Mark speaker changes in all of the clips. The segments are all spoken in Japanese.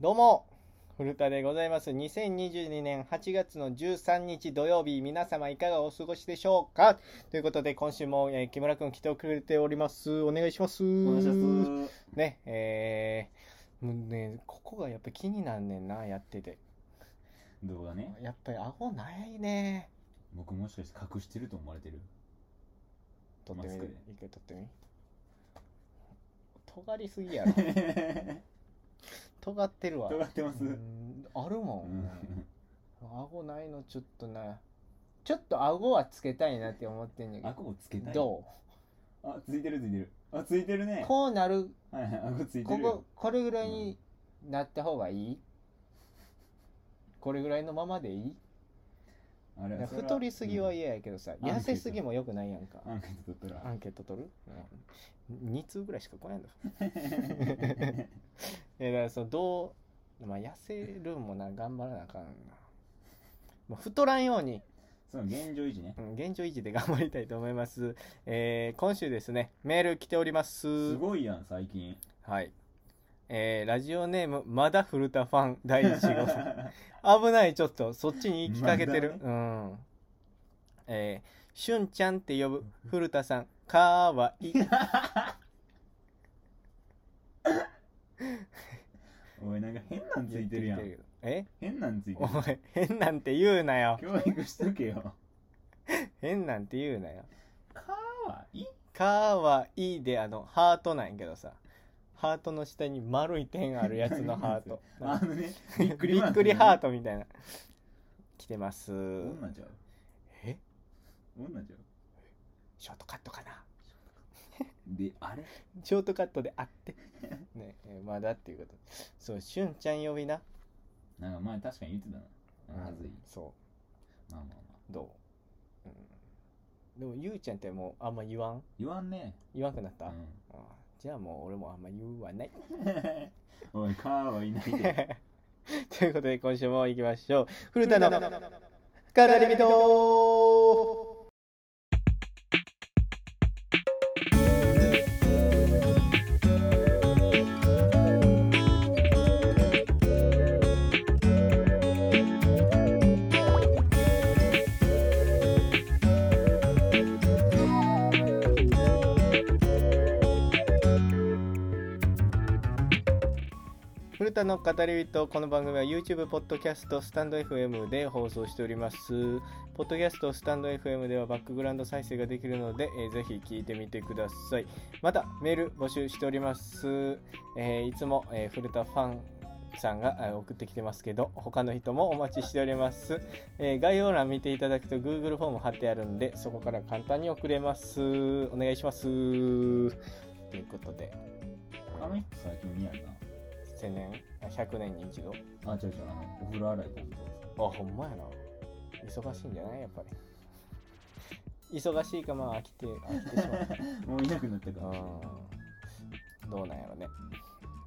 Speaker 1: どうも、古田でございます。2022年8月の13日土曜日、皆様いかがお過ごしでしょうかということで、今週も、えー木村くん来てくれております。お願いします。
Speaker 2: お願いします。
Speaker 1: ね、えー、もうね、ここがやっぱ気になんねんな、やってて。
Speaker 2: 動画ね。
Speaker 1: やっぱり顎ないね。
Speaker 2: 僕もしかして隠してると思われ てる
Speaker 1: 撮ってみ
Speaker 2: マスク
Speaker 1: る
Speaker 2: で。。
Speaker 1: 一回撮ってみ。尖りすぎやろ
Speaker 2: 尖
Speaker 1: 尖ってるわ。
Speaker 2: ってます。
Speaker 1: う
Speaker 2: うん
Speaker 1: あるもん。
Speaker 2: ん
Speaker 1: 顎ないのちょっとなちょっと顎はつけたいなって思ってんだけ
Speaker 2: 顎をつけた
Speaker 1: ど
Speaker 2: い。
Speaker 1: ど
Speaker 2: うあ、ついてるついてる。あ、ついてる
Speaker 1: う
Speaker 2: ね。
Speaker 1: こうなる
Speaker 2: はいはい、顎ついて
Speaker 1: こ
Speaker 2: る。
Speaker 1: ここれぐらいになった方がいい、これぐらいのままでいい
Speaker 2: あれ
Speaker 1: いや太りすぎは
Speaker 2: え。
Speaker 1: 嫌やけどさ、
Speaker 2: うん
Speaker 1: 痩せすぎもよくないやんか
Speaker 2: アンケート取った
Speaker 1: ア
Speaker 2: ら。
Speaker 1: ンケート取る、うん、2通ぐらいしか来 ないんだいやだからそのどう、まあ、痩せるんもな頑張らなあかんなもう太らんように
Speaker 2: その現状維持ね。
Speaker 1: うん現状維持で頑張りたいと思います。えー今週ですね、メール来ております。
Speaker 2: すごいやん、最近。
Speaker 1: はい。えーラジオネーム、まだ古田ファン第1号 さん。危ない、ちょっと、そっちに行きかけてる。
Speaker 2: まだね
Speaker 1: うん。えー、しゅんちゃんって呼ぶ古田さん、かわいい。
Speaker 2: おい、なんか変なんついてるやん
Speaker 1: 言っ。けどえ
Speaker 2: 変なんついて
Speaker 1: お
Speaker 2: る。
Speaker 1: 前、変なんて言うなよ。
Speaker 2: 教育しとけよ。
Speaker 1: 変なんて言うなよ。
Speaker 2: かわいい。。
Speaker 1: かわいいで、あの、ハートなんやけどさ。ハートの下に丸い点あるやつのハート
Speaker 2: あのね、びっくり
Speaker 1: び
Speaker 2: マー
Speaker 1: っ
Speaker 2: ク
Speaker 1: く
Speaker 2: ね
Speaker 1: りハートみたいな来てます
Speaker 2: 女じゃう。
Speaker 1: え
Speaker 2: 女じゃう。
Speaker 1: ショートカットかな
Speaker 2: で、あれ
Speaker 1: ショートカットであ ってねえーまだっていうことそうしゅんちゃん呼びな
Speaker 2: なんか前確かに言ってたな。まずい。
Speaker 1: そ
Speaker 2: まあまあまあ。
Speaker 1: うどう、うん、でもゆうちゃんってもうあんま言わん
Speaker 2: 言わんね。
Speaker 1: 言わんくなった、
Speaker 2: う
Speaker 1: あ
Speaker 2: ん
Speaker 1: ーじゃあもう俺もあんま言わない
Speaker 2: おい、かはいないで。
Speaker 1: ということで今週も行きましょう古田の語り人古田の語り人この番組は YouTube、ポッドキャスト、スタンド FM で放送しております。ポッドキャスト、スタンド FM ではバックグラウンド再生ができるので、えーぜひ聞いてみてください。また、メール募集しております。えーいつも、えー古田ファンさんがえー送ってきてますけど、他の人もお待ちしております。えー概要欄見ていただくと Google フォーム貼ってあるんで、そこから簡単に送れます。お願いします。ということで、
Speaker 2: あの人最近見やん
Speaker 1: 千年、あ100年に一度。
Speaker 2: な。あ、違う違う。あの、お風呂洗いと
Speaker 1: あほんまやな忙しいんじゃないやっぱり忙しいかまあ飽きて飽きてしまう
Speaker 2: もういなくなったか
Speaker 1: う
Speaker 2: ら。
Speaker 1: んどうなんやろね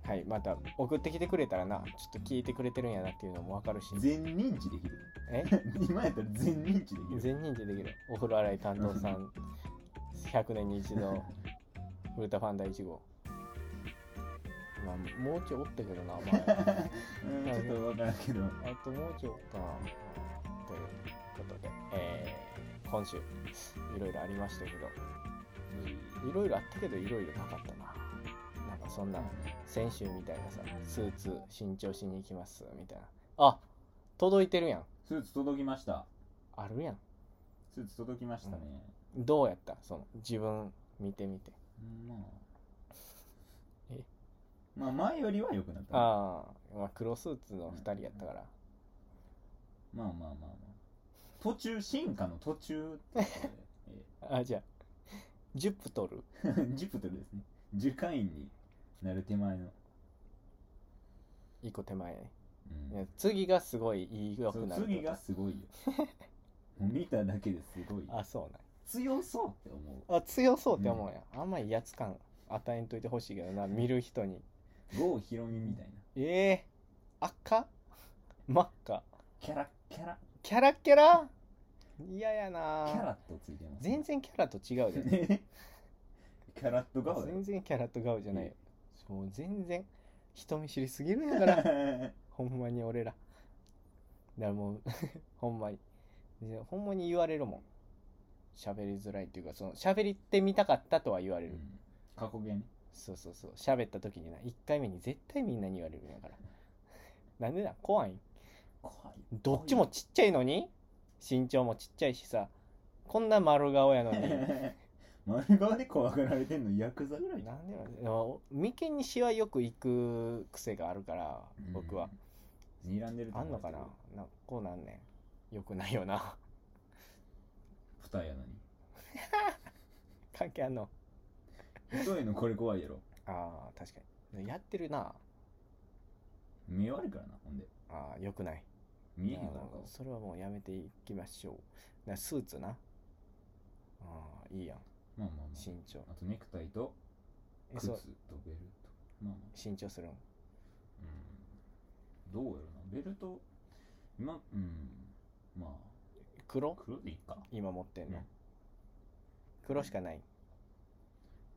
Speaker 1: はいまた送ってきてくれたらなちょっと聞いてくれてるんやなっていうのもわかるし
Speaker 2: 全認知できる。
Speaker 1: え
Speaker 2: 今やったら全認知できる。
Speaker 1: 全人でできるお風呂洗い担当さん100年に一度古田ファン第1号まあもうちょいおったけどなお前
Speaker 2: うんちょっとわからんけど。
Speaker 1: あともうちょっとなということで、えー今週いろいろありましたけどいろいろあったけどいろいろなかったななんかそんな先週みたいなさスーツ新調しに行きますみたいなあ届いてるやん
Speaker 2: スーツ届きました。
Speaker 1: あるやん
Speaker 2: スーツ届きましたね。
Speaker 1: どうやったその自分見てみて
Speaker 2: うんまあ。
Speaker 1: え
Speaker 2: まあ前よりは良くなった。まあ
Speaker 1: ああまあ黒スーツの2人やったから
Speaker 2: まあまあまあ。途中、進化の途中 ってことで。え
Speaker 1: あじゃあ10分取る
Speaker 2: ジプトルですね。樹海員になる手前の。
Speaker 1: 1個手前ね
Speaker 2: うん
Speaker 1: いや次がすごいいいよ
Speaker 2: そ
Speaker 1: く
Speaker 2: う
Speaker 1: なるって
Speaker 2: 次
Speaker 1: こと
Speaker 2: が すごいよ。もう見ただけですごいよ。
Speaker 1: あそうなん
Speaker 2: 強そうって思
Speaker 1: あ強そうって思うやん、あんまり威圧感与えんといてほしいけどな見る人に
Speaker 2: う。郷ひろみみたいな。
Speaker 1: えー、赤真っ赤
Speaker 2: キャラキャラ
Speaker 1: キャラキャラ嫌や
Speaker 2: キ
Speaker 1: な
Speaker 2: ャラットついてます。
Speaker 1: 全然キャラと違うじゃん
Speaker 2: 然。キャラット顔だよ
Speaker 1: 全然キャラと顔じゃないよもう全然人見知りすぎるんやか
Speaker 2: だ からら
Speaker 1: ほんまに俺らだからもう ほんまにでほんまに言われるもん喋りづらいっていうかその喋りってみたかったとは言われる、
Speaker 2: 過去形ね
Speaker 1: そうそうそう喋った時にな1回目に絶対みんなに言われるんやから なんでなん怖いん
Speaker 2: 怖い
Speaker 1: どっちもちっちゃいのに身長もちっちゃいしさこんな丸顔やの に
Speaker 2: 丸顔で怖がられてんのヤクザぐらい
Speaker 1: なんでなんでも眉間にしわよく行く癖があるから僕は、
Speaker 2: うん睨んでると
Speaker 1: あ
Speaker 2: 思
Speaker 1: ん
Speaker 2: う
Speaker 1: のかななこうなんねんよくないよな
Speaker 2: 二重やのに
Speaker 1: 関係あんの
Speaker 2: 太いのこれ怖いやろ
Speaker 1: あー確かにやってるな
Speaker 2: 目悪いからなほんで
Speaker 1: あーよくない
Speaker 2: 見えへん
Speaker 1: あ
Speaker 2: から
Speaker 1: ーそれはもうやめていきましょうなスーツなあーいいやん
Speaker 2: まあまあま
Speaker 1: 身長
Speaker 2: ああとネクタイと
Speaker 1: え
Speaker 2: 靴
Speaker 1: そ
Speaker 2: と
Speaker 1: う
Speaker 2: ベルトまあまあ
Speaker 1: 身長するん
Speaker 2: うんどうやろなベルト今うんまあ
Speaker 1: 黒
Speaker 2: 黒でいいか
Speaker 1: 今持ってんの、
Speaker 2: うん
Speaker 1: 黒しかない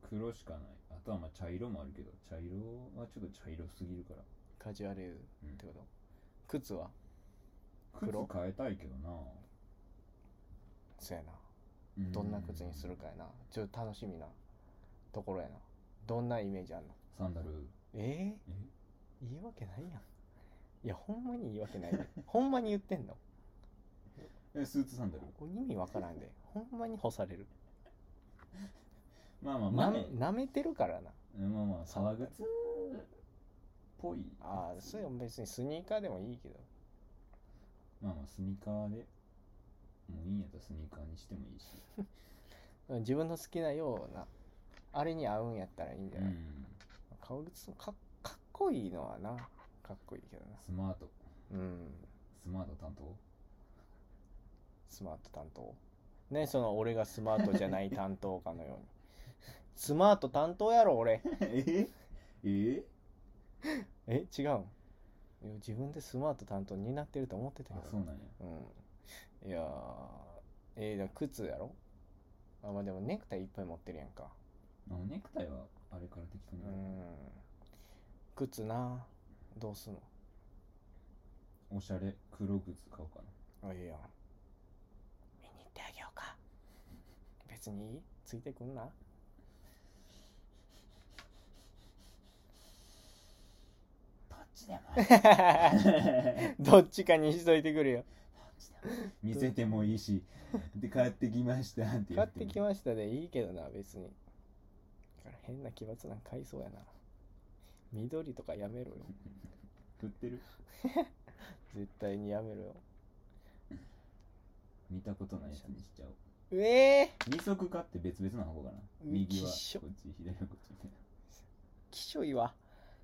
Speaker 2: 黒しかないあとはまあ茶色もあるけど茶色はちょっと茶色すぎるから、
Speaker 1: カジュアルってこと、靴は
Speaker 2: うん、
Speaker 1: 黒
Speaker 2: 靴変えたいけどな
Speaker 1: そうやな
Speaker 2: う
Speaker 1: どんな靴にするかやなちょっと楽しみなところやなどんなイメージあんの
Speaker 2: サンダル
Speaker 1: え
Speaker 2: え
Speaker 1: ー、言い訳ないやんいやほんまに言い訳ない でほんまに言ってんの
Speaker 2: えスーツサンダル
Speaker 1: 意味わからんでほんまに干される
Speaker 2: まあまあま
Speaker 1: な
Speaker 2: あ、
Speaker 1: め
Speaker 2: ね、
Speaker 1: なめてるからな
Speaker 2: うんまあまあ革靴っぽい
Speaker 1: ああそれは別にスニーカーでもいいけど
Speaker 2: まあまあスニーカーでもういいんやったらスニーカーにしてもいいし
Speaker 1: 自分の好きなようなあれに合うんやったらいいんじゃ
Speaker 2: う
Speaker 1: ない、
Speaker 2: ん
Speaker 1: 革靴もかかっこいいのはなかっこいいけどな
Speaker 2: スマート
Speaker 1: うん
Speaker 2: スマート担当
Speaker 1: スマート担当ねその俺がスマートじゃない担当かのように スマート担当やろ俺
Speaker 2: ええ
Speaker 1: え違うんいや自分でスマート担当になってると思ってた
Speaker 2: あ
Speaker 1: け
Speaker 2: そう
Speaker 1: ど
Speaker 2: なんや
Speaker 1: うんいやーえー、だから靴やろあまあでもネクタイいっぱい持ってるやんか
Speaker 2: あネクタイはあれから適当
Speaker 1: う
Speaker 2: にやる
Speaker 1: ん靴などうすんの
Speaker 2: おしゃれ黒靴買おうかな
Speaker 1: あいいやん見に行ってあげようか別にいいついてくん な
Speaker 2: どっちでもいい
Speaker 1: どっちかにしといてくれよ
Speaker 2: 見せてもいいしで買ってきましたって言
Speaker 1: 買っ
Speaker 2: って
Speaker 1: て
Speaker 2: も
Speaker 1: きましたでいいけどな別にだから変な奇抜なん買いそうやな緑とかやめろよ
Speaker 2: 売ってる
Speaker 1: 絶対にやめろよ
Speaker 2: 見たことないやつにしちゃおう
Speaker 1: うえ
Speaker 2: 二足買って別々の箱かな
Speaker 1: うん
Speaker 2: 右は
Speaker 1: きっ
Speaker 2: こ
Speaker 1: しょ
Speaker 2: っち左はこっちみたい
Speaker 1: ー、
Speaker 2: な
Speaker 1: きしょいわ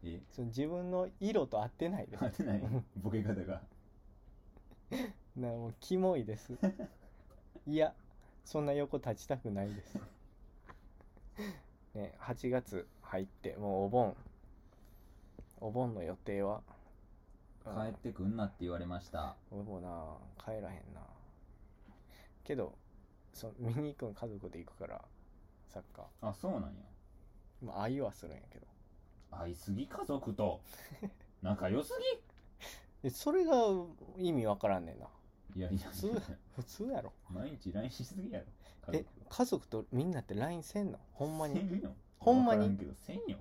Speaker 2: え
Speaker 1: その自分の色と合ってないで
Speaker 2: 当てないボケ方が
Speaker 1: なもうキモいです いやそんな横立ちたくないですね8月入ってもうお盆お盆の予定は
Speaker 2: 帰ってくんなって言われました
Speaker 1: 俺もな帰らへんなけどそ見に行くん家族で行くからサッカ
Speaker 2: あそうなんや
Speaker 1: ーまあ愛はするんやけど
Speaker 2: 会いすぎ家 族と仲良す
Speaker 1: でそれが意味わからんねんな
Speaker 2: ぎいやいや
Speaker 1: 普通普通やろ
Speaker 2: 毎日 LINE しすぎやろ家
Speaker 1: え
Speaker 2: 族
Speaker 1: 家族とみんなって LINE せんのほんま
Speaker 2: せ
Speaker 1: に
Speaker 2: んよ
Speaker 1: ほんまに
Speaker 2: わからけどせんよ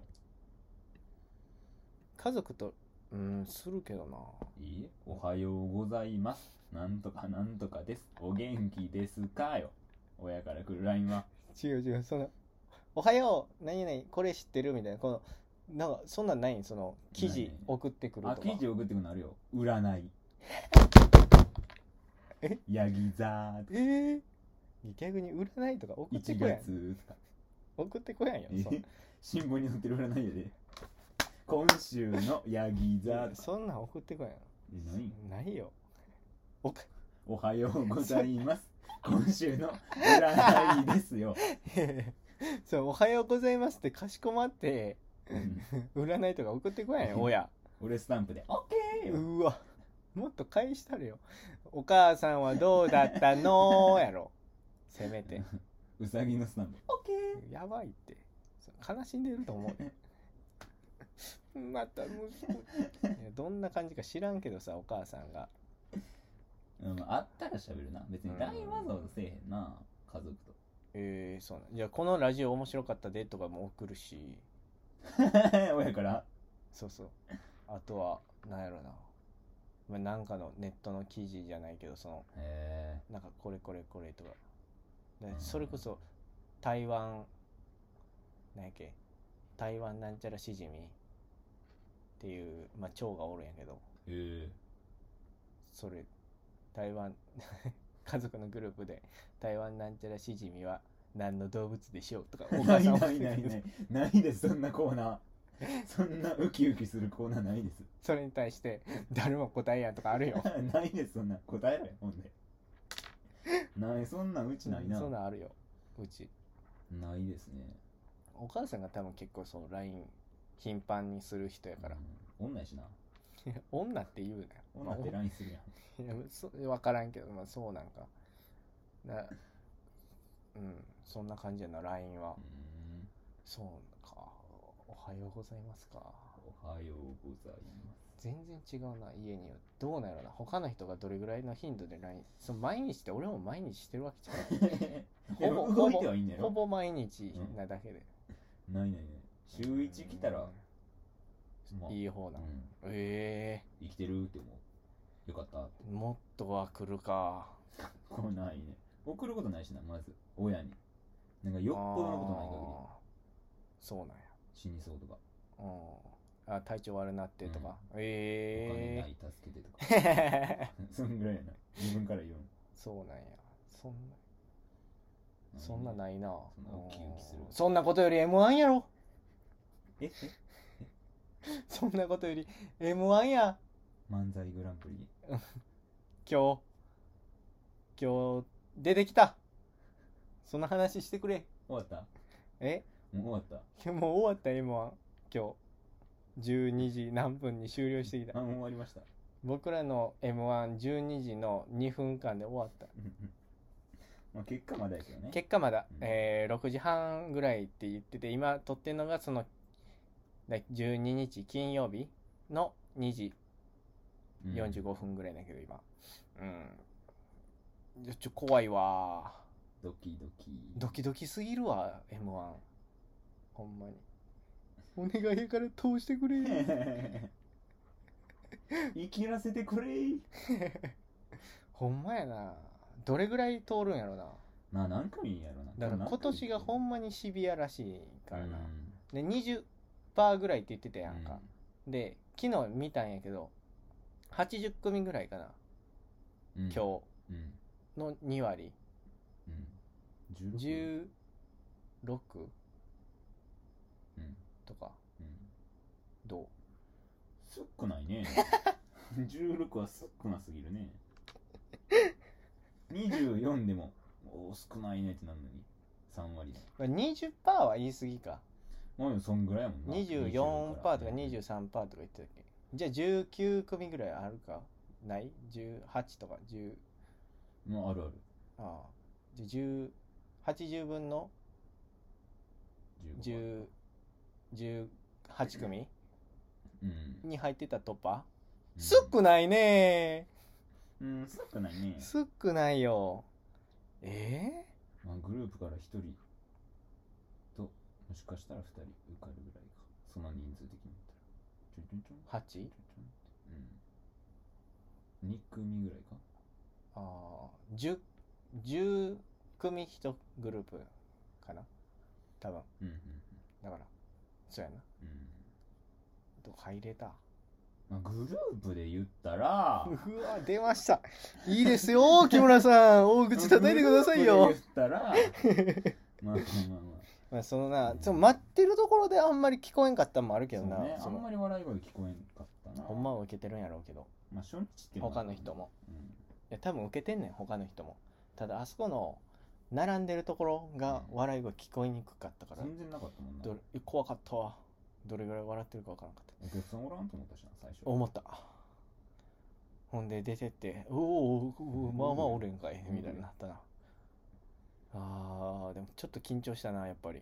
Speaker 1: 家族とうんするけどない
Speaker 2: いえおはようございますなんとかなんとかですお元気ですかよ親から来る LINE は
Speaker 1: 違う違うその「おはよう何々これ知ってる?」みたいなこのなんかそんなんないんその記
Speaker 2: ない
Speaker 1: 事
Speaker 2: ね
Speaker 1: 送ってくる
Speaker 2: あ
Speaker 1: とか
Speaker 2: 記事送ってくるのあるよ占い
Speaker 1: え
Speaker 2: ヤギ座ーとか
Speaker 1: えー逆に占いとか送って
Speaker 2: 1
Speaker 1: こやん
Speaker 2: 月とか
Speaker 1: 送ってこやんよそん
Speaker 2: え 新聞に載ってる占いやで今週のヤギ座ーとか
Speaker 1: そんなん送ってこや
Speaker 2: え何
Speaker 1: んないよ おか
Speaker 2: おはようございます 今週の占いですよ
Speaker 1: そうおはようございますってかしこまって
Speaker 2: うん
Speaker 1: 占いとか送ってこやんよ親
Speaker 2: 俺スタンプで OK よ
Speaker 1: うわもっと返したるよお母さんはどうだったのやろせめて
Speaker 2: うさぎのスタンプ OK
Speaker 1: やばいってそう悲しんでると思うでまた息子いやどんな感じか知らんけどさお母さんが
Speaker 2: うん、あったら喋るな。別に LINE わざわざせえへんな、家族と。
Speaker 1: 「えー、そうなんじゃあこのラジオ面白かったで」とかも送るし
Speaker 2: 親から。
Speaker 1: そうそうあとはなんやろなまあなんかのネットの記事じゃないけどその
Speaker 2: へ
Speaker 1: なんかこれこれこれとかで
Speaker 2: うん
Speaker 1: それこそ台湾なんやっけ台湾なんちゃらしじみっていうまあ蝶がおるんやけど
Speaker 2: え。へえ。
Speaker 1: それ台湾 家族のグループで「台湾なんちゃらしじみは何の動物でしょう?」と かお母
Speaker 2: ない
Speaker 1: さんは
Speaker 2: ないないない。ないです、そんなコーナー。そんなウキウキするコーナーないです。
Speaker 1: それに対して「誰も答えやん」とかあるよ
Speaker 2: ないです、そんな。答えろよ、ほんで。ない、そんなんうちないな。
Speaker 1: そんなんあるようち
Speaker 2: ないですね。
Speaker 1: お母さんが多分結構そう LINE 頻繁にする人やから
Speaker 2: うん。女やしな。
Speaker 1: 「 女」って言うなよ
Speaker 2: 女って LINE するやん。
Speaker 1: いやそ分からんけど、まあ、そうなんかなうんそんな感じやな LINE は、
Speaker 2: うん
Speaker 1: そうかおはようございますか
Speaker 2: おはようございます。
Speaker 1: 全然違うな家によってどうなんやろな他の人がどれぐらいの頻度で LINE その毎日って俺も毎日してるわけじゃない
Speaker 2: で
Speaker 1: ほ
Speaker 2: も
Speaker 1: ぼ
Speaker 2: 動いてはいいんだ
Speaker 1: ほ
Speaker 2: よ。
Speaker 1: ぼ毎日なだけで、
Speaker 2: ないないない。週1来たら、まあ
Speaker 1: いい方な、
Speaker 2: うん
Speaker 1: え
Speaker 2: 生きてるって思う。よかった。
Speaker 1: えもっとは来るか
Speaker 2: こうないね。送ることないしな、まず。親に。なんかよっぽどのことない限り。
Speaker 1: あーそうなんや
Speaker 2: 死にそうとか、
Speaker 1: うんあ体調悪なってとか、え
Speaker 2: お金
Speaker 1: え
Speaker 2: ない助けてとか そんぐらいやな自分から言うの
Speaker 1: そうなんや。そんな、そんなないな。
Speaker 2: そんなウキウキする
Speaker 1: うんそんなことより M1 やろ
Speaker 2: ええ
Speaker 1: そんなことより M1 や
Speaker 2: 漫才グランプリ
Speaker 1: 今日。今日、出てきたその話してくれ。
Speaker 2: 終わった
Speaker 1: え
Speaker 2: もう終わった
Speaker 1: いやもう終わった M1。今日。12時何分に終了してきた
Speaker 2: あもう終わりました
Speaker 1: 僕らの M112 時の2分間で終わった
Speaker 2: まあ結果まだやけどね
Speaker 1: 結果まだ、
Speaker 2: うん
Speaker 1: えー6時半ぐらいって言ってて今撮ってるのがそのだ12日金曜日の2時
Speaker 2: うん
Speaker 1: 45分ぐらいだけど今うん、いやちょ怖いわ
Speaker 2: ドキドキ
Speaker 1: ドキドキすぎるわ m 1ほんまにお願いやから通してく れ
Speaker 2: 生きらせてくれ
Speaker 1: ほんまやなどれぐらい通るんやろな
Speaker 2: まあ何組やろな
Speaker 1: だから今年がほ
Speaker 2: ん
Speaker 1: んまにシビアらしいからな、で20%ぐらいって言ってたやんか、で昨日見たんやけど80組ぐらいかな、
Speaker 2: 今
Speaker 1: 今
Speaker 2: 日うん
Speaker 1: 日の2割
Speaker 2: うん16
Speaker 1: 16
Speaker 2: うん
Speaker 1: とか
Speaker 2: うん
Speaker 1: ど
Speaker 2: 少ないね 16は少なすぎるね24でもおー少ないねってなるのに3割だ
Speaker 1: う20%は言い過ぎか
Speaker 2: まあでもそんぐらいやもんな
Speaker 1: 24%とか23%とか言ってたっけじゃあ19組ぐらいあるかない18とか10
Speaker 2: まああるある
Speaker 1: ああじゃあ10 80分の
Speaker 2: 15
Speaker 1: 10 18組
Speaker 2: うん
Speaker 1: に入ってた突破
Speaker 2: うん
Speaker 1: 少ないね
Speaker 2: うん少ないね、
Speaker 1: 少ないよえ
Speaker 2: まあ、グループから1人ともしかしたら2人受かるぐらいかその人数的に言ったらちょんちょんちょん
Speaker 1: ー、8?
Speaker 2: ちょんちょんってうん2組ぐらいか
Speaker 1: ああ 10, 10組1グループかな多分
Speaker 2: うんうん
Speaker 1: だからそうやな
Speaker 2: うんうん
Speaker 1: どこ入れた
Speaker 2: まあ、グループで言ったら
Speaker 1: うわ出ましたいいですよ木村さん大口叩いてください
Speaker 2: グル
Speaker 1: よ
Speaker 2: ープで言ったらまあまあまあまあ
Speaker 1: まあそのなその待ってるところであんまり聞こえんかったんもあるけ
Speaker 2: そ
Speaker 1: ど
Speaker 2: う
Speaker 1: な
Speaker 2: ねあ
Speaker 1: そ
Speaker 2: ん
Speaker 1: の
Speaker 2: まり笑い声聞こえんかったな
Speaker 1: ほんまは受けてるんやろうけど
Speaker 2: まあ初日っていうは
Speaker 1: 他の人も
Speaker 2: うん
Speaker 1: いや多分受けてんねん他の人もただあそこの並んでるところが笑い声聞こえにくかったから、
Speaker 2: 全然なかったもんな
Speaker 1: どれ怖かったわどれぐらい笑ってるか分からなかった
Speaker 2: お客さんおらんと思ったしな最初
Speaker 1: 思ったほんで出てって「うおうおうおうまあまあおるんかい」
Speaker 2: うん
Speaker 1: みたいになったなあーでもちょっと緊張したなやっぱり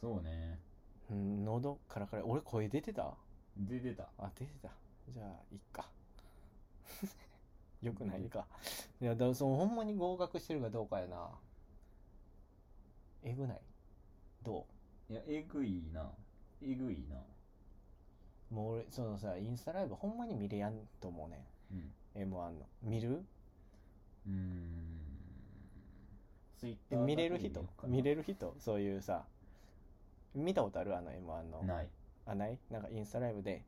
Speaker 2: そうね
Speaker 1: ううん喉カラカラ俺声出てた
Speaker 2: 出てた
Speaker 1: あ出てたじゃあいっか よくないかいやだからそのほんまに合格してるかどうかやなえぐないど
Speaker 2: いやえぐいなえぐいな
Speaker 1: うもう俺そのさインスタライブほんまに見れやんと思うね
Speaker 2: うん
Speaker 1: M1 の見る
Speaker 2: うーんツイッ
Speaker 1: え
Speaker 2: ター
Speaker 1: 見れる人見
Speaker 2: る
Speaker 1: れる人そういうさ見たことあるあの M1 の
Speaker 2: ない
Speaker 1: あないなんかインスタライブで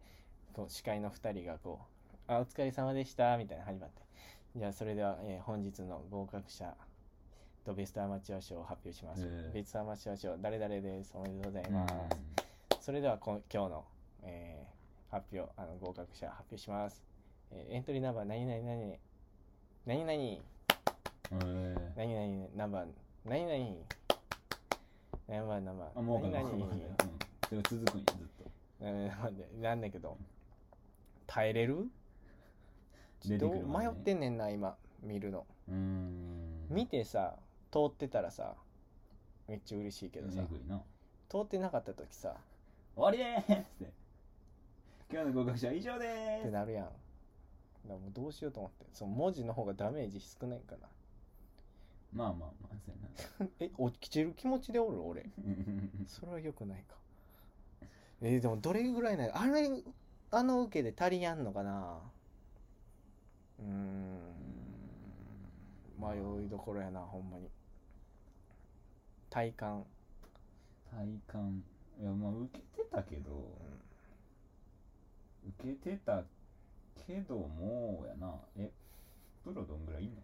Speaker 1: こう司会の2人がこう「あお疲れ様でした」みたいなの始まってじゃあそれでは、えー本日の合格者とベストアマチュア賞を発表します、
Speaker 2: ええ
Speaker 1: ベストアマチュア賞誰々ですおめでとうござい
Speaker 2: うん
Speaker 1: ます、それではこん今日の、えー発表あの合格者発表します、えーエントリーナンバー何々何々何々
Speaker 2: え
Speaker 1: 何々ナンバー何々ナンバーナンバ
Speaker 2: ー、あ
Speaker 1: ー
Speaker 2: もうかな
Speaker 1: 何々
Speaker 2: うんそれが続くんやずっと
Speaker 1: うんなんで なんだけど耐えれる
Speaker 2: 出てくる
Speaker 1: ど
Speaker 2: ま
Speaker 1: う迷
Speaker 2: でね
Speaker 1: ってんねんな今見るの
Speaker 2: うーん
Speaker 1: 見てさ通ってたらさめっちゃ嬉しいけどさ
Speaker 2: えぐいな
Speaker 1: 通ってなかった時さ
Speaker 2: 終わりでーすって今日の合格者は以上でー
Speaker 1: っ
Speaker 2: す
Speaker 1: てなるやんだからもうどうしようと思ってその文字の方がダメージ少ないんか
Speaker 2: まあまあまあそうやな
Speaker 1: なえ落ちる気持ちでおる俺
Speaker 2: うん
Speaker 1: それは良くないかえーでもどれぐらいなのあれあの受けで足りやんのかなうーん迷いどころやなほんまに体感
Speaker 2: 体感いやまあ受けてたけど、受けてたけどもうやなえプロどんぐらいいんの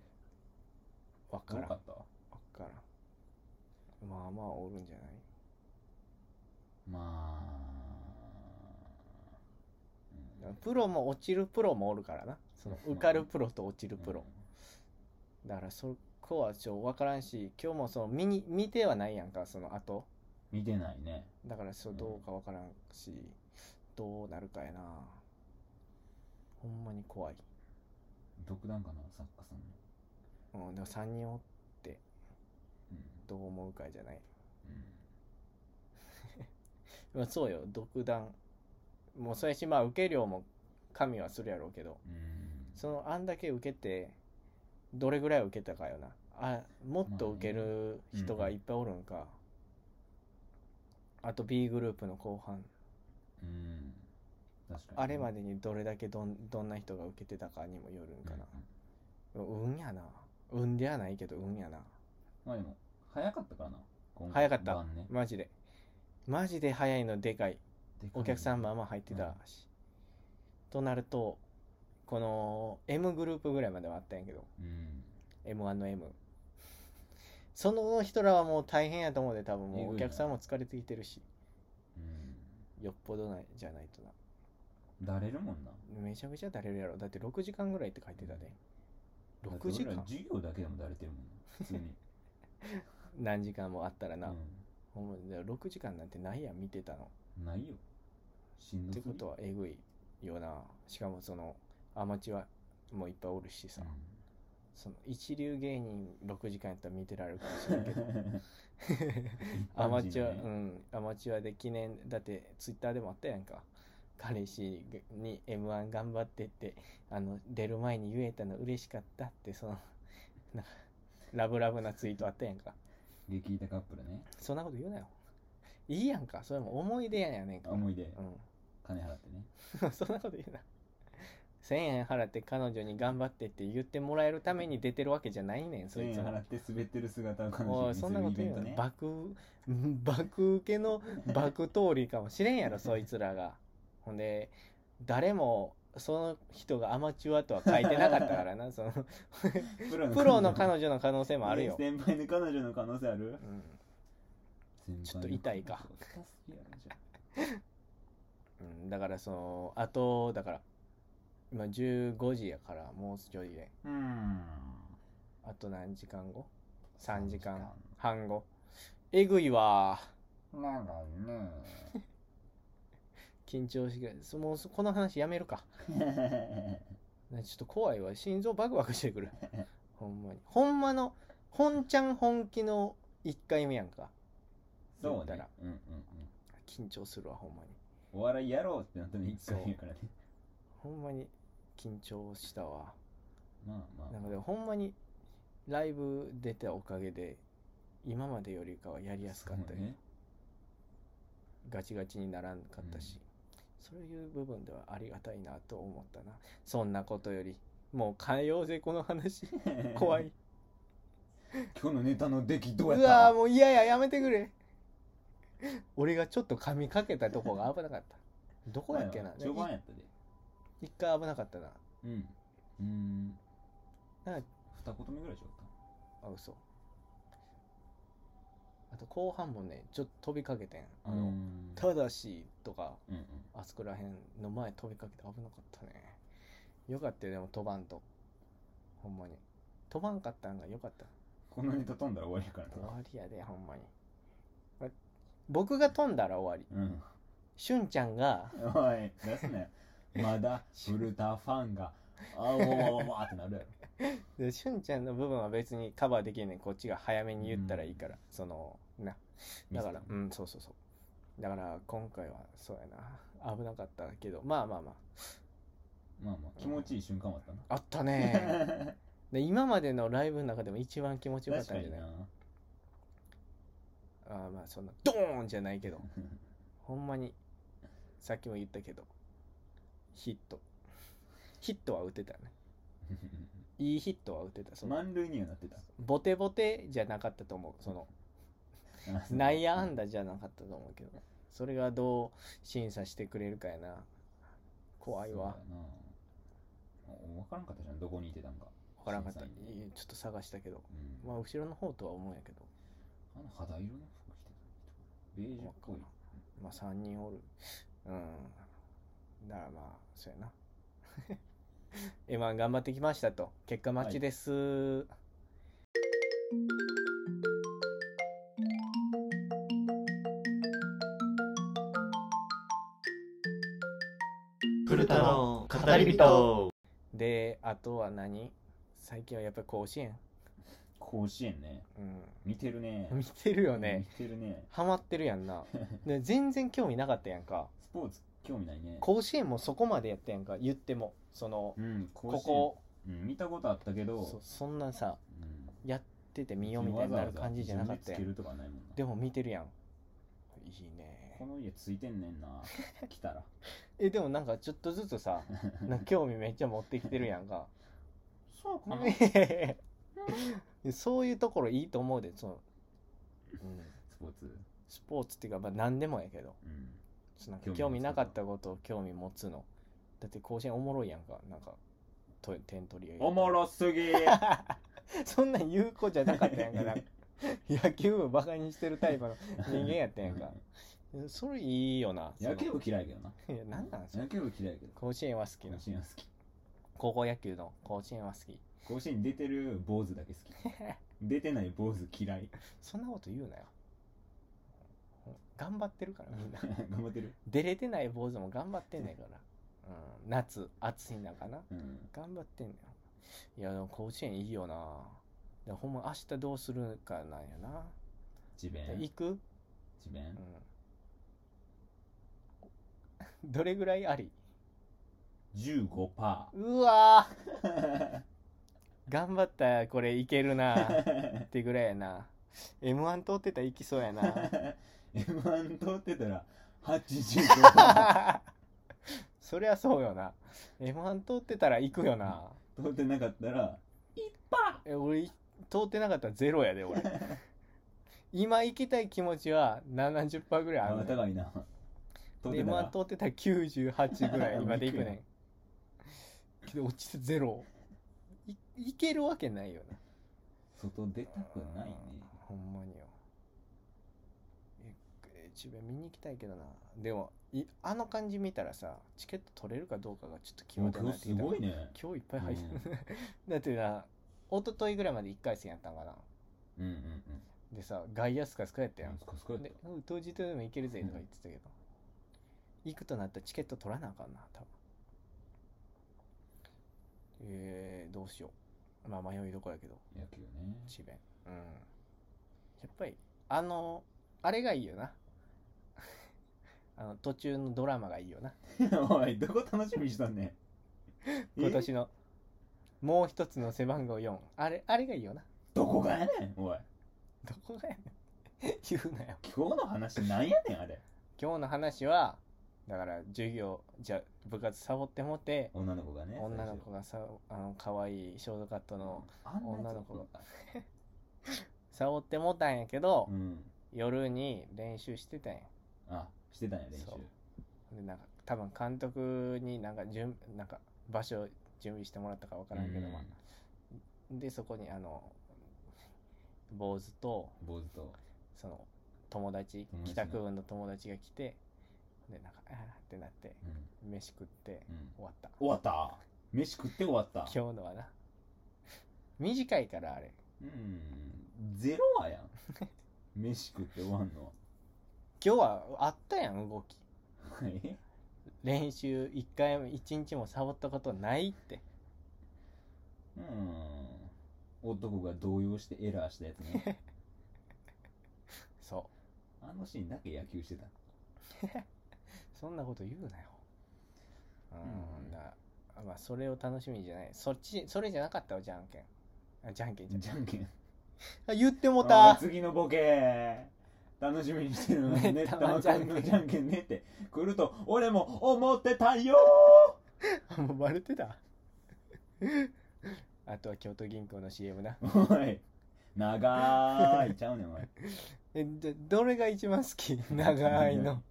Speaker 1: わか
Speaker 2: 多
Speaker 1: らん
Speaker 2: か
Speaker 1: わ
Speaker 2: った
Speaker 1: からんまあまあおるんじゃない
Speaker 2: まあ、うん
Speaker 1: プロも落ちるプロもおるからなその受かるプロと落ちるプロ、だからそこはちょっと分からんし今日もその見に見てはないやんかその後
Speaker 2: 見てないね
Speaker 1: だからそう
Speaker 2: うん
Speaker 1: どうか分からんし、どうなるかやなほんまに怖い、
Speaker 2: 独断かな作家さんの、
Speaker 1: うん、でも3人おって
Speaker 2: うん
Speaker 1: どう思うかじゃない、
Speaker 2: うん
Speaker 1: まあ、そうよ独断もうそやしまあ受け量も神はするやろうけど
Speaker 2: うん
Speaker 1: そのあんだけ受けてどれぐらい受けたかよなあもっと受ける人がいっぱいおるんか、あと B グループの後半
Speaker 2: うん確かに
Speaker 1: あれまでにどれだけどんどんな人が受けてたかにもよるんかな、
Speaker 2: うんうん
Speaker 1: 運やな運ではないけど運やな
Speaker 2: まあでも早かったからな今
Speaker 1: 早かった
Speaker 2: 晩ね
Speaker 1: マジでマジで早いのでかい
Speaker 2: でかい
Speaker 1: お客さんまあまあ入ってたし、となるとこの M グループぐらいまではあったんやけど
Speaker 2: うん
Speaker 1: M1 の M その人らはもう大変やと思うで多分
Speaker 2: えぐい
Speaker 1: も
Speaker 2: な
Speaker 1: うお客さんも疲れてきてるし
Speaker 2: うん
Speaker 1: よっぽどないじゃないとな
Speaker 2: だれるもんな
Speaker 1: めちゃめちゃだれるやろだって6時間ぐらいって書いてたで
Speaker 2: だって
Speaker 1: 6時
Speaker 2: 俺ら
Speaker 1: 間
Speaker 2: 授業だけでもだれてるもんな普通に
Speaker 1: 何時間もあった らな、
Speaker 2: う
Speaker 1: ほんまにだから6時間なんてないやん見てたの
Speaker 2: んないよしん
Speaker 1: っ
Speaker 2: ど
Speaker 1: て
Speaker 2: すぎ
Speaker 1: ことはえぐいよなしかもそのアマチュアもいっぱいおるしさ、
Speaker 2: う
Speaker 1: その一流芸人6時間やったら見てられるかもしれんけど アマチュア、
Speaker 2: 一般人ね
Speaker 1: うんアマチュアで記念だってツイッターでもあったやんか彼氏に m 1頑張ってってあの出る前に言えたの嬉しかったってその なんかラブラブなツイートあったやんか
Speaker 2: ん、激イタカップルね
Speaker 1: そんなこと言うなよいいやんかそれも思い出やねんから
Speaker 2: 思い出
Speaker 1: うん
Speaker 2: 金払ってね
Speaker 1: そんなこと言うな。1000円払って彼女に頑張ってって言ってもらえるために出てるわけじゃないねん、そ
Speaker 2: 1000
Speaker 1: い
Speaker 2: 円
Speaker 1: つ
Speaker 2: 払
Speaker 1: も。
Speaker 2: って滑ってる姿を感じ
Speaker 1: おい、
Speaker 2: にす
Speaker 1: そんなこ
Speaker 2: る
Speaker 1: と
Speaker 2: イベ
Speaker 1: 言
Speaker 2: ン
Speaker 1: う
Speaker 2: ト
Speaker 1: な。
Speaker 2: ね
Speaker 1: 爆、爆受け の爆通りかもしれんやろ、そいつらが。ほんで、誰も、その人がアマチュアとは書いてなかったから な、その、
Speaker 2: プロ
Speaker 1: プロの彼女の可能性もあるよ。
Speaker 2: 先輩の彼女の可能性ある
Speaker 1: うんち
Speaker 2: ち
Speaker 1: ょっと痛いかうん、だから、その、あと、だから、今15時やから、もうちょいで。
Speaker 2: うん
Speaker 1: あと何時間後 ?3 時間半後。えぐいわ。
Speaker 2: なんか ね
Speaker 1: 緊張してくるそもうそこの話やめるか。なちょっと怖いわ。心臓バクバクしてく る。ほんまに。ほんまの、ほんちゃん本気の1回目やんか。
Speaker 2: そう
Speaker 1: 言った
Speaker 2: ね
Speaker 1: ら
Speaker 2: うんうんうん
Speaker 1: 緊張するわほんまに
Speaker 2: お笑いやろうってなったのに1回やからね。
Speaker 1: ほんまに緊張したわ
Speaker 2: まあま
Speaker 1: な
Speaker 2: あ。
Speaker 1: のでほんまにライブ出たおかげで今までよりかはやりやすかったよ、
Speaker 2: そうね。
Speaker 1: ガチガチにならんかったし、そういう部分ではありがたいなと思ったなそんなことよりもう変えようぜこの 話怖い
Speaker 2: 今日のネタの出来ど
Speaker 1: う
Speaker 2: うや
Speaker 1: わ
Speaker 2: っ
Speaker 1: ー
Speaker 2: た
Speaker 1: もう嫌ややめてくれ俺がちょっと噛みかけたとこが危なかったどこやっけな
Speaker 2: 序盤やったで。
Speaker 1: い一回危なかったな
Speaker 2: うん。うーん。
Speaker 1: なんか
Speaker 2: 二言目ぐらいでしょ
Speaker 1: あ嘘あと後半もねちょっと飛びかけてんあ
Speaker 2: う
Speaker 1: の、
Speaker 2: ん
Speaker 1: ただしとか
Speaker 2: うんうん。
Speaker 1: あそこら辺の前飛びかけて危なかったねよかったよでも飛ばんとほんまに飛ばんかったんがよかった
Speaker 2: このネタ飛んだら終わりやから
Speaker 1: 終
Speaker 2: な。
Speaker 1: わりやでほんまにあ僕が飛んだら終わり
Speaker 2: うん。
Speaker 1: しゅんちゃんが
Speaker 2: おい、出すなよ。まだ、古田ファンが、あわわわわってなるやろ。
Speaker 1: でしゅんちゃんの部分は別にカバーできんねんこっちが早めに言ったらいいから、そのなだからう
Speaker 2: ミ
Speaker 1: んそうそうそうだから今回はそうやな危なかったけどまあまあま
Speaker 2: スまあまあ、気持ちいい瞬間はあったな。
Speaker 1: ああったねで今までのライブの中でも一番気持ちよかっ
Speaker 2: 確
Speaker 1: た
Speaker 2: か
Speaker 1: んじゃ
Speaker 2: に
Speaker 1: ない
Speaker 2: な。
Speaker 1: あーまあそんなドーンじゃない けどほんまにさっきも言ったけどヒットヒットは打てたねいいヒットは打てたその
Speaker 2: 満塁にはなってた。
Speaker 1: ボテボテじゃなかったと思うその内野安打じゃなかったと思うけどそれがどう審査してくれるかやな怖いわ
Speaker 2: そうやな分からんかったじゃんどこにいてたんか、
Speaker 1: 分からんかったい
Speaker 2: 審査員
Speaker 1: いちょっと探したけど
Speaker 2: うん
Speaker 1: まあ後ろの方とは思うんやけど
Speaker 2: あの肌色の服着てた人ベージュっぽい
Speaker 1: わまあ3人おるうんだからまあそうやな M1 頑張ってきましたと結果待ちです、
Speaker 3: 古田の語り人
Speaker 1: であとは何最近はやっぱり甲子園
Speaker 2: 甲子園ね
Speaker 1: う
Speaker 2: 見てるね
Speaker 1: ん見てるよね
Speaker 2: 見てるね
Speaker 1: ハマってるやんなで全然興味なかったやんか
Speaker 2: スポーツ興味ないね
Speaker 1: 甲子園もそこまでやったやんか言ってもその
Speaker 2: うん甲子園
Speaker 1: ここ
Speaker 2: うん、見たことあったけど
Speaker 1: そそんなさ
Speaker 2: うん
Speaker 1: やってて見ようみたいになる感じじゃなかったや
Speaker 2: わざわざ自分でつけ
Speaker 1: ん
Speaker 2: るとかないもんな
Speaker 1: でも見てるやんいいね
Speaker 2: この家ついてん ねんな来たら
Speaker 1: えでもなんかちょっとずつ さなんか興味めっちゃ持ってきてるやんか
Speaker 2: そうかな
Speaker 1: そういうところいいと思うでその、うん、
Speaker 2: スポーツ
Speaker 1: スポーツっていうか、まあ、何でもやけど
Speaker 2: うん
Speaker 1: そのなんか
Speaker 2: 興
Speaker 1: 興味
Speaker 2: 味持つ
Speaker 1: なかったことを興味持つのだって甲子園おもろいやんかなんかと点取り合い
Speaker 2: おもろすぎ
Speaker 1: そんなん言う子じゃなかったやんかなんか 野球部バカにしてるタイプの人間やったやんか それいいよな
Speaker 2: 野球
Speaker 1: 部
Speaker 2: 部嫌いやけどない
Speaker 1: や何なんそれ
Speaker 2: 野球部嫌いやけど
Speaker 1: 甲子園は好きな
Speaker 2: 甲子園は好き
Speaker 1: 高校野球の甲子園は好き
Speaker 2: 甲子園出てる坊主だけ好き 出てない坊主嫌い
Speaker 1: そんなこと言うなよ。頑張ってるからみんな。
Speaker 2: 頑張ってる
Speaker 1: 出れてない坊主も頑張ってんねんから。うん、夏、暑い中な。
Speaker 2: うん
Speaker 1: 頑張ってんねん。いや、でも甲子園いいよな。でほんま明日どうするかなんやな。
Speaker 2: 智弁
Speaker 1: で行く、うん、
Speaker 2: 智弁
Speaker 1: どれぐらいあり
Speaker 2: 15パ
Speaker 1: うわー
Speaker 2: ー
Speaker 1: 頑張ったこれいけるな。ってぐらいやな。M1 通ってたらいきそうやな。
Speaker 2: M1 通ってたら85パ
Speaker 1: そりゃそうよな M1 通ってたら行くよな
Speaker 2: ー通ってなかったら
Speaker 1: え俺通ってなかったらゼロやで 俺今行きたい気持ちは70%ぐらいあ
Speaker 2: あ
Speaker 1: るね
Speaker 2: 高いな通ってた
Speaker 1: M1
Speaker 2: ら
Speaker 1: 通ってたら98ぐらい今で行く
Speaker 2: 行く
Speaker 1: ねんけど落ちてゼロいいけるわけないよな
Speaker 2: 外出たくないね
Speaker 1: ほんまによええ自分見に行きたいけどなでもいあの感じ見たらさチケット取れるかどうかがちょっと決ま
Speaker 2: も
Speaker 1: っ
Speaker 2: う
Speaker 1: て
Speaker 2: 今
Speaker 1: なって
Speaker 2: 日す
Speaker 1: きた
Speaker 2: ごいね
Speaker 1: 今日いっぱい入ってる、 だってな一昨日ぐらいまで1回戦やったんかな
Speaker 2: うんうんうん
Speaker 1: でさ外野スカスカやったやん、
Speaker 2: すごいすごい
Speaker 1: でうん当日でも行けるぜとか言ってたけど、行くとなったらチケット取らなあかんな多分えー、どうしようまあ迷いどこやけど
Speaker 2: 野球ね
Speaker 1: 智弁うんやっぱりあのあれがいいよな あの途中のドラマがいいよな
Speaker 2: おい、どこ楽しみにしたんねん。
Speaker 1: 今
Speaker 2: え
Speaker 1: 年のもう一つの背番号4あれあれがいいよな
Speaker 2: どこがやねん、おい。
Speaker 1: どこがやねん 言うなよ
Speaker 2: 今日の話なんやねん、あれ。
Speaker 1: 今日の話はだから授業じゃ部活サボってもて
Speaker 2: 女の子がね。
Speaker 1: 女の子がさあの可愛いショートカットの
Speaker 2: 最初。
Speaker 1: 女の子が
Speaker 2: あんなや
Speaker 1: サボってもたんやけど、
Speaker 2: つうん。
Speaker 1: 夜に練習してたんや
Speaker 2: あ、してたんや、練習
Speaker 1: そう。でなんか多分監督になんか準なんか場所を準備してもらったかわからんけど、
Speaker 2: うん
Speaker 1: まあでそこにあの坊主と
Speaker 2: 坊主と。
Speaker 1: その友達
Speaker 2: 友達
Speaker 1: 帰
Speaker 2: が
Speaker 1: 宅部の友達が来てでなんかあーってなって
Speaker 2: うん。
Speaker 1: 飯食って
Speaker 2: うん。
Speaker 1: 終わった
Speaker 2: 終わった。飯食って終わった。
Speaker 1: 今日のはな 短いからあれ
Speaker 2: うん。ゼロ はやん。飯食って終わんのは。
Speaker 1: 今日はあったやん動き
Speaker 2: え
Speaker 1: 練習1回も1日もサボったことないって
Speaker 2: うん。男が動揺してエラーしたやつ ね。
Speaker 1: そ
Speaker 2: あのシーンだけ野球してた。
Speaker 1: うそんなこと言うなよう
Speaker 2: うんん
Speaker 1: だからまあそれを楽しみじゃないそっちそれじゃなかったわじゃんけんあじゃんけんじゃん
Speaker 2: じゃんけん。
Speaker 1: あ言っても
Speaker 2: あ
Speaker 1: た
Speaker 2: ー次のボケ楽しみにしてるの に
Speaker 1: ね
Speaker 2: ね
Speaker 1: た
Speaker 2: た
Speaker 1: ま
Speaker 2: ま
Speaker 1: ち
Speaker 2: ち
Speaker 1: ゃ
Speaker 2: ゃ
Speaker 1: ん
Speaker 2: ん
Speaker 1: けん
Speaker 2: のじゃんけんねって来ると俺も思ってたよ
Speaker 1: もうバレてたあとは京都銀行の CM な
Speaker 2: おい長いちゃうねんおい
Speaker 1: えどどれが一番好き長いの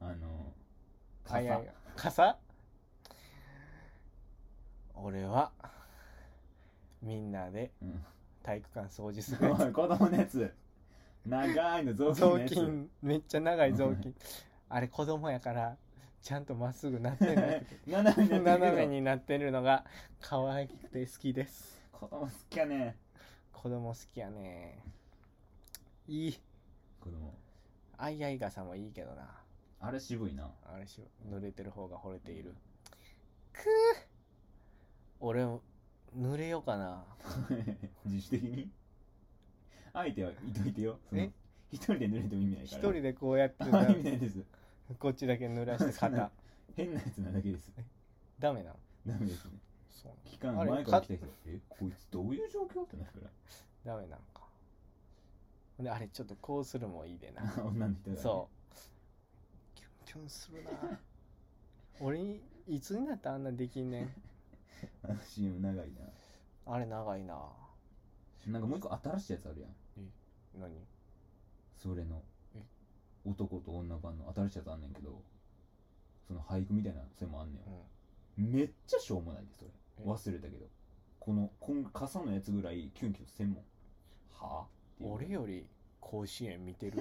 Speaker 2: あの傘
Speaker 1: 早い傘俺はみんなで
Speaker 2: うん
Speaker 1: 体育館掃除す るや
Speaker 2: おい子供のやつ長いの雑
Speaker 1: つ
Speaker 2: 巾
Speaker 1: 雑
Speaker 2: のやつ
Speaker 1: 巾 めっちゃ長い雑巾あれ子供やからちゃんとまっす ぐなってんだけ
Speaker 2: 斜めにな
Speaker 1: ど
Speaker 2: ってるけ
Speaker 1: 斜
Speaker 2: ど
Speaker 1: めになってるのが可愛くて好きです
Speaker 2: 子供好きやね
Speaker 1: 子供好きやねいい
Speaker 2: 子供
Speaker 1: アイアイ傘もいいけどな
Speaker 2: あれ渋いな
Speaker 1: あれしよ濡れてる方が惚れているくー俺も濡れようかな
Speaker 2: 自主的に相手はいといてよその
Speaker 1: え
Speaker 2: 一人で濡れても意味ない
Speaker 1: 一
Speaker 2: から
Speaker 1: 人でこうやって
Speaker 2: あ
Speaker 1: た ら
Speaker 2: 意味ないです
Speaker 1: こっちだけ濡らして
Speaker 2: そうな
Speaker 1: 肩
Speaker 2: ん変なやつなだけです
Speaker 1: ダメなの
Speaker 2: ダメですね
Speaker 1: そう
Speaker 2: 期間
Speaker 1: あれ
Speaker 2: 前から来た人えこいつどういう状況ってなるか
Speaker 1: ダメなんかであれちょっとこうするもいいでな
Speaker 2: ら 女の人が、ね、
Speaker 1: そうキュンキュンするな 俺にいつになったらあんなできんねん
Speaker 2: あの CM 長い
Speaker 1: あれ長いな
Speaker 2: ななんかもう一個新しいやつあるやん
Speaker 1: 何
Speaker 2: それの
Speaker 1: え
Speaker 2: 男と女版の新しいやつあんねんけどその俳句みたいなそれもあんねんよ
Speaker 1: う、
Speaker 2: めっちゃしょうもないでそれ
Speaker 1: え
Speaker 2: 忘れたけどこのこん傘のやつぐらいキュンキュン専門はあってい
Speaker 1: ん
Speaker 2: う
Speaker 1: 俺より甲子園見て る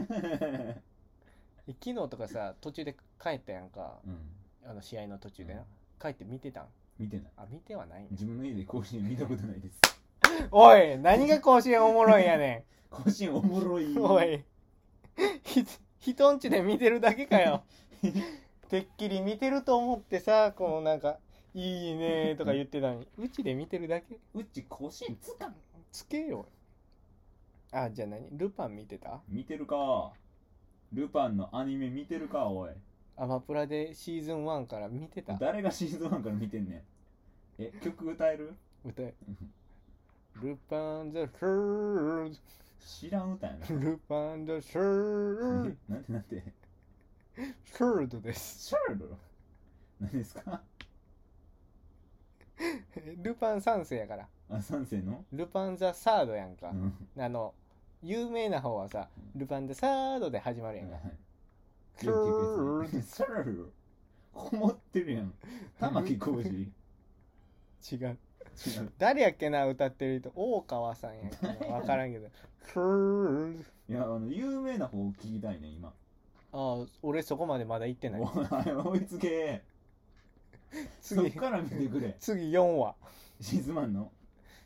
Speaker 1: え昨日とかさ途中で帰ったやんか
Speaker 2: うん
Speaker 1: あの試合の途中でな、
Speaker 2: うん
Speaker 1: 帰って見てたん
Speaker 2: 見てない
Speaker 1: あ見てはないんや
Speaker 2: 自分の家で甲子園見たことない です
Speaker 1: おい何が甲子園おもろいんやね
Speaker 2: 甲子園おもろい
Speaker 1: ん おいひ人んちで見てるだけか よてっきり見てると思ってさこうなんか「いいね」とか言ってたのにうちで見てるだけ
Speaker 2: うち甲子園つかん
Speaker 1: つけよあじゃあ何ルパン見てた
Speaker 2: 見てるかルパンのアニメ見てるかおい
Speaker 1: アマプラでシーズン1から見てた
Speaker 2: 誰がシーズン1から見てんねんえ曲歌える
Speaker 1: 歌えルパンザ・シューズ
Speaker 2: 知らん歌やな
Speaker 1: ルパンザ・シューズ
Speaker 2: なんてなんて
Speaker 1: シューズです
Speaker 2: シャルド何ですか
Speaker 1: ルパン三世やから
Speaker 2: あ三世の
Speaker 1: ルパンザサードやん
Speaker 2: う
Speaker 1: か、
Speaker 2: ん
Speaker 1: あの有名な方はさルパンザサードで始まるやんか、
Speaker 2: シャルシャルこもってるやん玉置浩二違
Speaker 1: 違う
Speaker 2: う
Speaker 1: 誰やっけな歌ってる人大川さんやっけな分からんけどクー
Speaker 2: いやあの有名な方を聞きたいね今
Speaker 1: ああ俺そこまでまだ行ってない
Speaker 2: お前追いつけそっ
Speaker 1: 次
Speaker 2: から見てく れ
Speaker 1: 次4話
Speaker 2: シーズン1の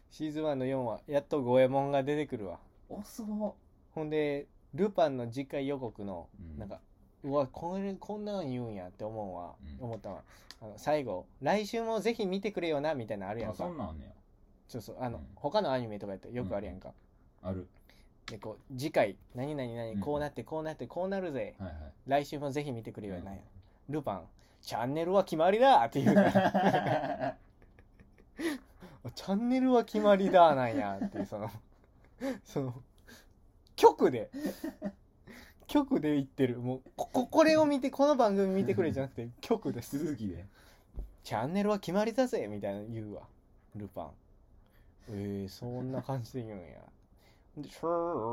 Speaker 1: シーズン1の4話やっと五右衛門が出てくるわ
Speaker 2: 遅っ
Speaker 1: ほんでルパンの次回予告の
Speaker 2: うん
Speaker 1: なんか、うわこれこんなん言うんやって思うわ、
Speaker 2: うん
Speaker 1: 思ったわあの最後来週もぜひ見てくれよなみたいなのあるやん
Speaker 2: あ
Speaker 1: か
Speaker 2: そんなんあんねや
Speaker 1: そうそうあの、
Speaker 2: うん
Speaker 1: 他のアニメとかやったらよくあるやんか、
Speaker 2: ある
Speaker 1: でこう次回何々何こうなってこうなってこうなるぜ、
Speaker 2: はいはい
Speaker 1: 来週もぜひ見てくれよなんや、ルパンチャンネルは決まりだ っていうから チャンネルは決まりだなんやっていうその その局で局で言ってるもうこここれを見てこの番組見てくれじゃなくて局です
Speaker 2: 続きで
Speaker 1: チャンネルは決まりだぜみたいなの言うわルパンえー、そんな感じで言うんやでシュ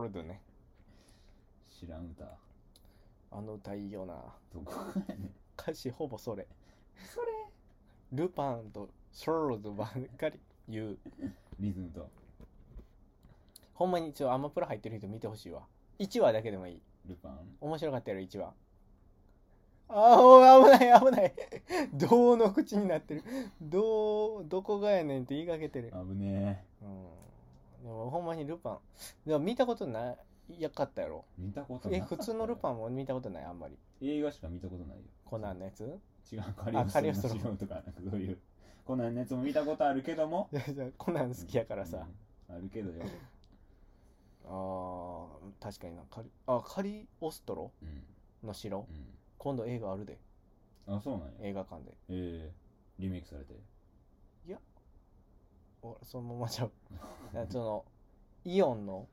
Speaker 1: ーッとね
Speaker 2: 知らん歌
Speaker 1: あの歌いいよな
Speaker 2: どこがやねん
Speaker 1: 歌詞ほぼそれ
Speaker 2: それ
Speaker 1: ルパンとショローズばっかり言う
Speaker 2: リズムと
Speaker 1: ほんまにちょっとアマプラ入ってる人見てほしいわ1話だけでもいい
Speaker 2: ルパン
Speaker 1: 面白かったやろ1話あーおい危ない危ない どうの口になってるどうどこがやねんって言いかけてる
Speaker 2: 危ね
Speaker 1: うんでもほんまにルパンでも見たことないやかったやろ
Speaker 2: え見たことない
Speaker 1: え普通のルパ
Speaker 2: ン
Speaker 1: ンも見たことないあんまり
Speaker 2: 映画しか見たことないよ
Speaker 1: コナンのやつ
Speaker 2: 違うカリオス
Speaker 1: カリオス
Speaker 2: ト
Speaker 1: ト
Speaker 2: ロ
Speaker 1: ロ
Speaker 2: の城とかなんかそういうコナンのやつも見たことあるけども
Speaker 1: いや いやコナン好きやからさ、
Speaker 2: うんあるけどよ、
Speaker 1: あー確かになカリあカリオストロ
Speaker 2: うん
Speaker 1: の城
Speaker 2: う
Speaker 1: 今度映画あるで
Speaker 2: ん、あそうなんやえ
Speaker 1: 映画館で
Speaker 2: えリメイクされて
Speaker 1: おそのままじゃう あそのイオンの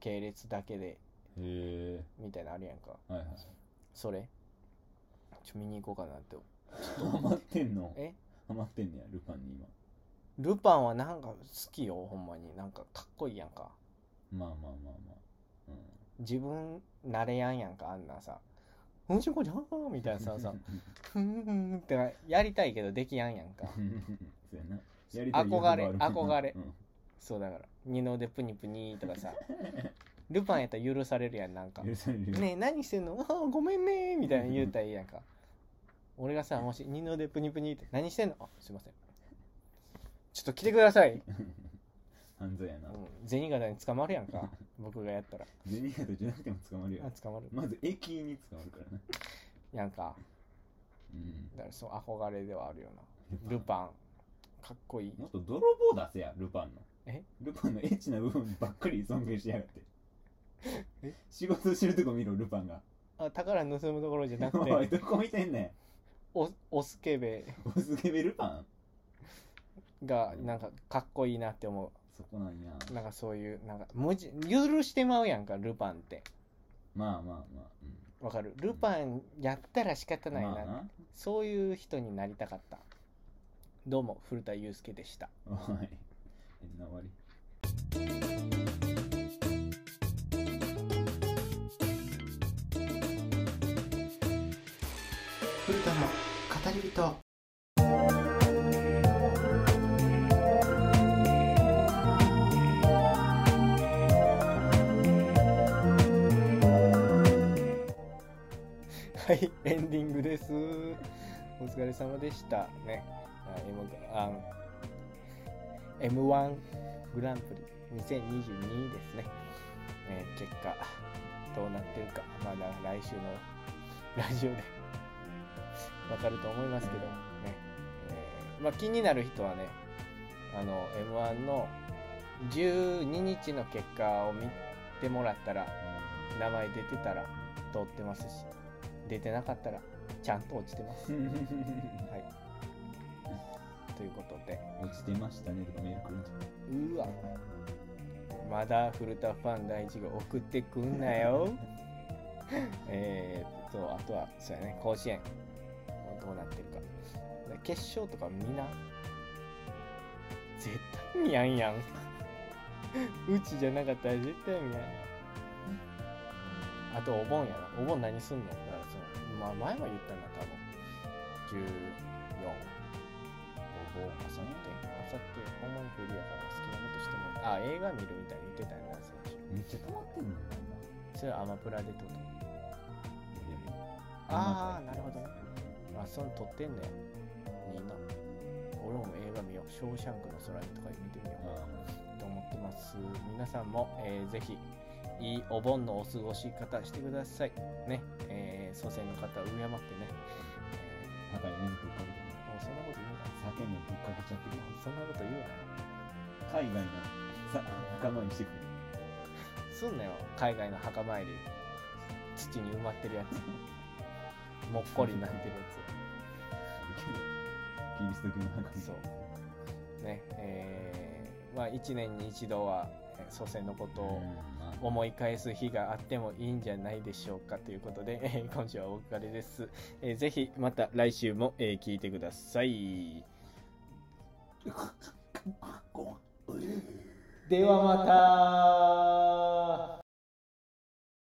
Speaker 1: 系列だけで
Speaker 2: へ
Speaker 1: みたいなのあるやんか
Speaker 2: えはいはい
Speaker 1: それちょ見に行こうかなって
Speaker 2: ハマってんの
Speaker 1: え
Speaker 2: ハマってんねやルパンに今
Speaker 1: ルパンはなんか好きよほんまになんかかっこいいやんか
Speaker 2: まあまあまあまあうん
Speaker 1: 自分なれやんやんかあんなさ「うんちこじゃん」みたいなささ「ふんふん」ってやりたいけどできやんやんか
Speaker 2: そうやな やりたい
Speaker 1: 憧
Speaker 2: 欲
Speaker 1: れ
Speaker 2: があるもんな
Speaker 1: 憧れ
Speaker 2: うん
Speaker 1: そうだから二の腕プニプニとか さルパンやったら許されるやんなんか
Speaker 2: 許されるよ
Speaker 1: ねえ何してんの ああごめんねみたいな言うたらいいやんか俺がさもし二の腕プニプニって何してんのあすいませんちょっと来てください、
Speaker 2: 犯罪やな
Speaker 1: うん、銭形に捕まるやんか僕がやったら
Speaker 2: 銭形じゃなくても捕まる
Speaker 1: あ
Speaker 2: よ
Speaker 1: 捕まる
Speaker 2: まず駅員に捕まるからな
Speaker 1: やんか
Speaker 2: うん
Speaker 1: だからそう憧れではあるよなルパンかっこいい
Speaker 2: もっと泥棒出せやルパンの
Speaker 1: え
Speaker 2: ルパンのエッチな部分ばっかり尊敬しやがって
Speaker 1: え
Speaker 2: 仕事してるとこ見ろルパンが
Speaker 1: あ宝盗むところじゃなく
Speaker 2: おい
Speaker 1: て
Speaker 2: どこ見てんね
Speaker 1: おオスケベ
Speaker 2: んおすげめルパン
Speaker 1: がなんかかっこいいなって思
Speaker 2: そこなんや
Speaker 1: うなんかそういうなんか無事許してまうやんかルパンって
Speaker 2: まあまあまあ、うん
Speaker 1: わかるルパンやったら仕方ないな、
Speaker 2: まあな
Speaker 1: そういう人になりたかったどうも古田祐介でした
Speaker 2: おい変な終わり
Speaker 3: 古田の語り人
Speaker 1: はいエンディングですお疲れ様でしたねあ M あの M1 グランプリ2022ですね、えー結果どうなってるかまだ来週のラジオでわかると思いますけどね、えーまあ、気になる人はねあの M1 の12日の結果を見てもらったら名前出てたら通ってますし出てなかったらちゃんと落ちてます
Speaker 2: うん
Speaker 1: はいということで
Speaker 2: 落ちてましたねとかメールくるんじゃないう
Speaker 1: わまだ古田ファン第一号送ってくんなよえーっとあとはそうやね甲子園どうなってるか決勝とかみんな絶対見やん やんうちじゃなかったら絶対見やんやんあとお盆やなお盆何すんのだからその、まあ、前も言ったな多分14お盆あさってあさってほんまにフリやから好きなことしてもいいあ映画見るみたいに言ってたよな最初
Speaker 2: めっちゃ溜まってんのよなんだ
Speaker 1: それはアマプラで撮ってあーなるほどあその撮ってんだよいいな俺も映画見よう「ショーシャンクの空に」とか見てみようと思ってます皆さんも、えーぜひいいお盆のお過ごし方してくださいねえー祖先の方敬ってね、え
Speaker 2: 中に水ぶっかけてね
Speaker 1: ーもうそんなこと言うな
Speaker 2: 酒もぶっかけちゃってるよ
Speaker 1: そんなこと言うな
Speaker 2: 海外のさ仲間にしてくれ
Speaker 1: すんなよ海外の墓参り土に埋まってるやつもっこりになってるや
Speaker 2: キリスト教の中
Speaker 1: つそうねえーまあ1年に一度はえー祖先のことを思い返す日があってもいいんじゃないでしょうかということで、えー今週はお別れです、えーぜひまた来週も、えー聞いてください ではまた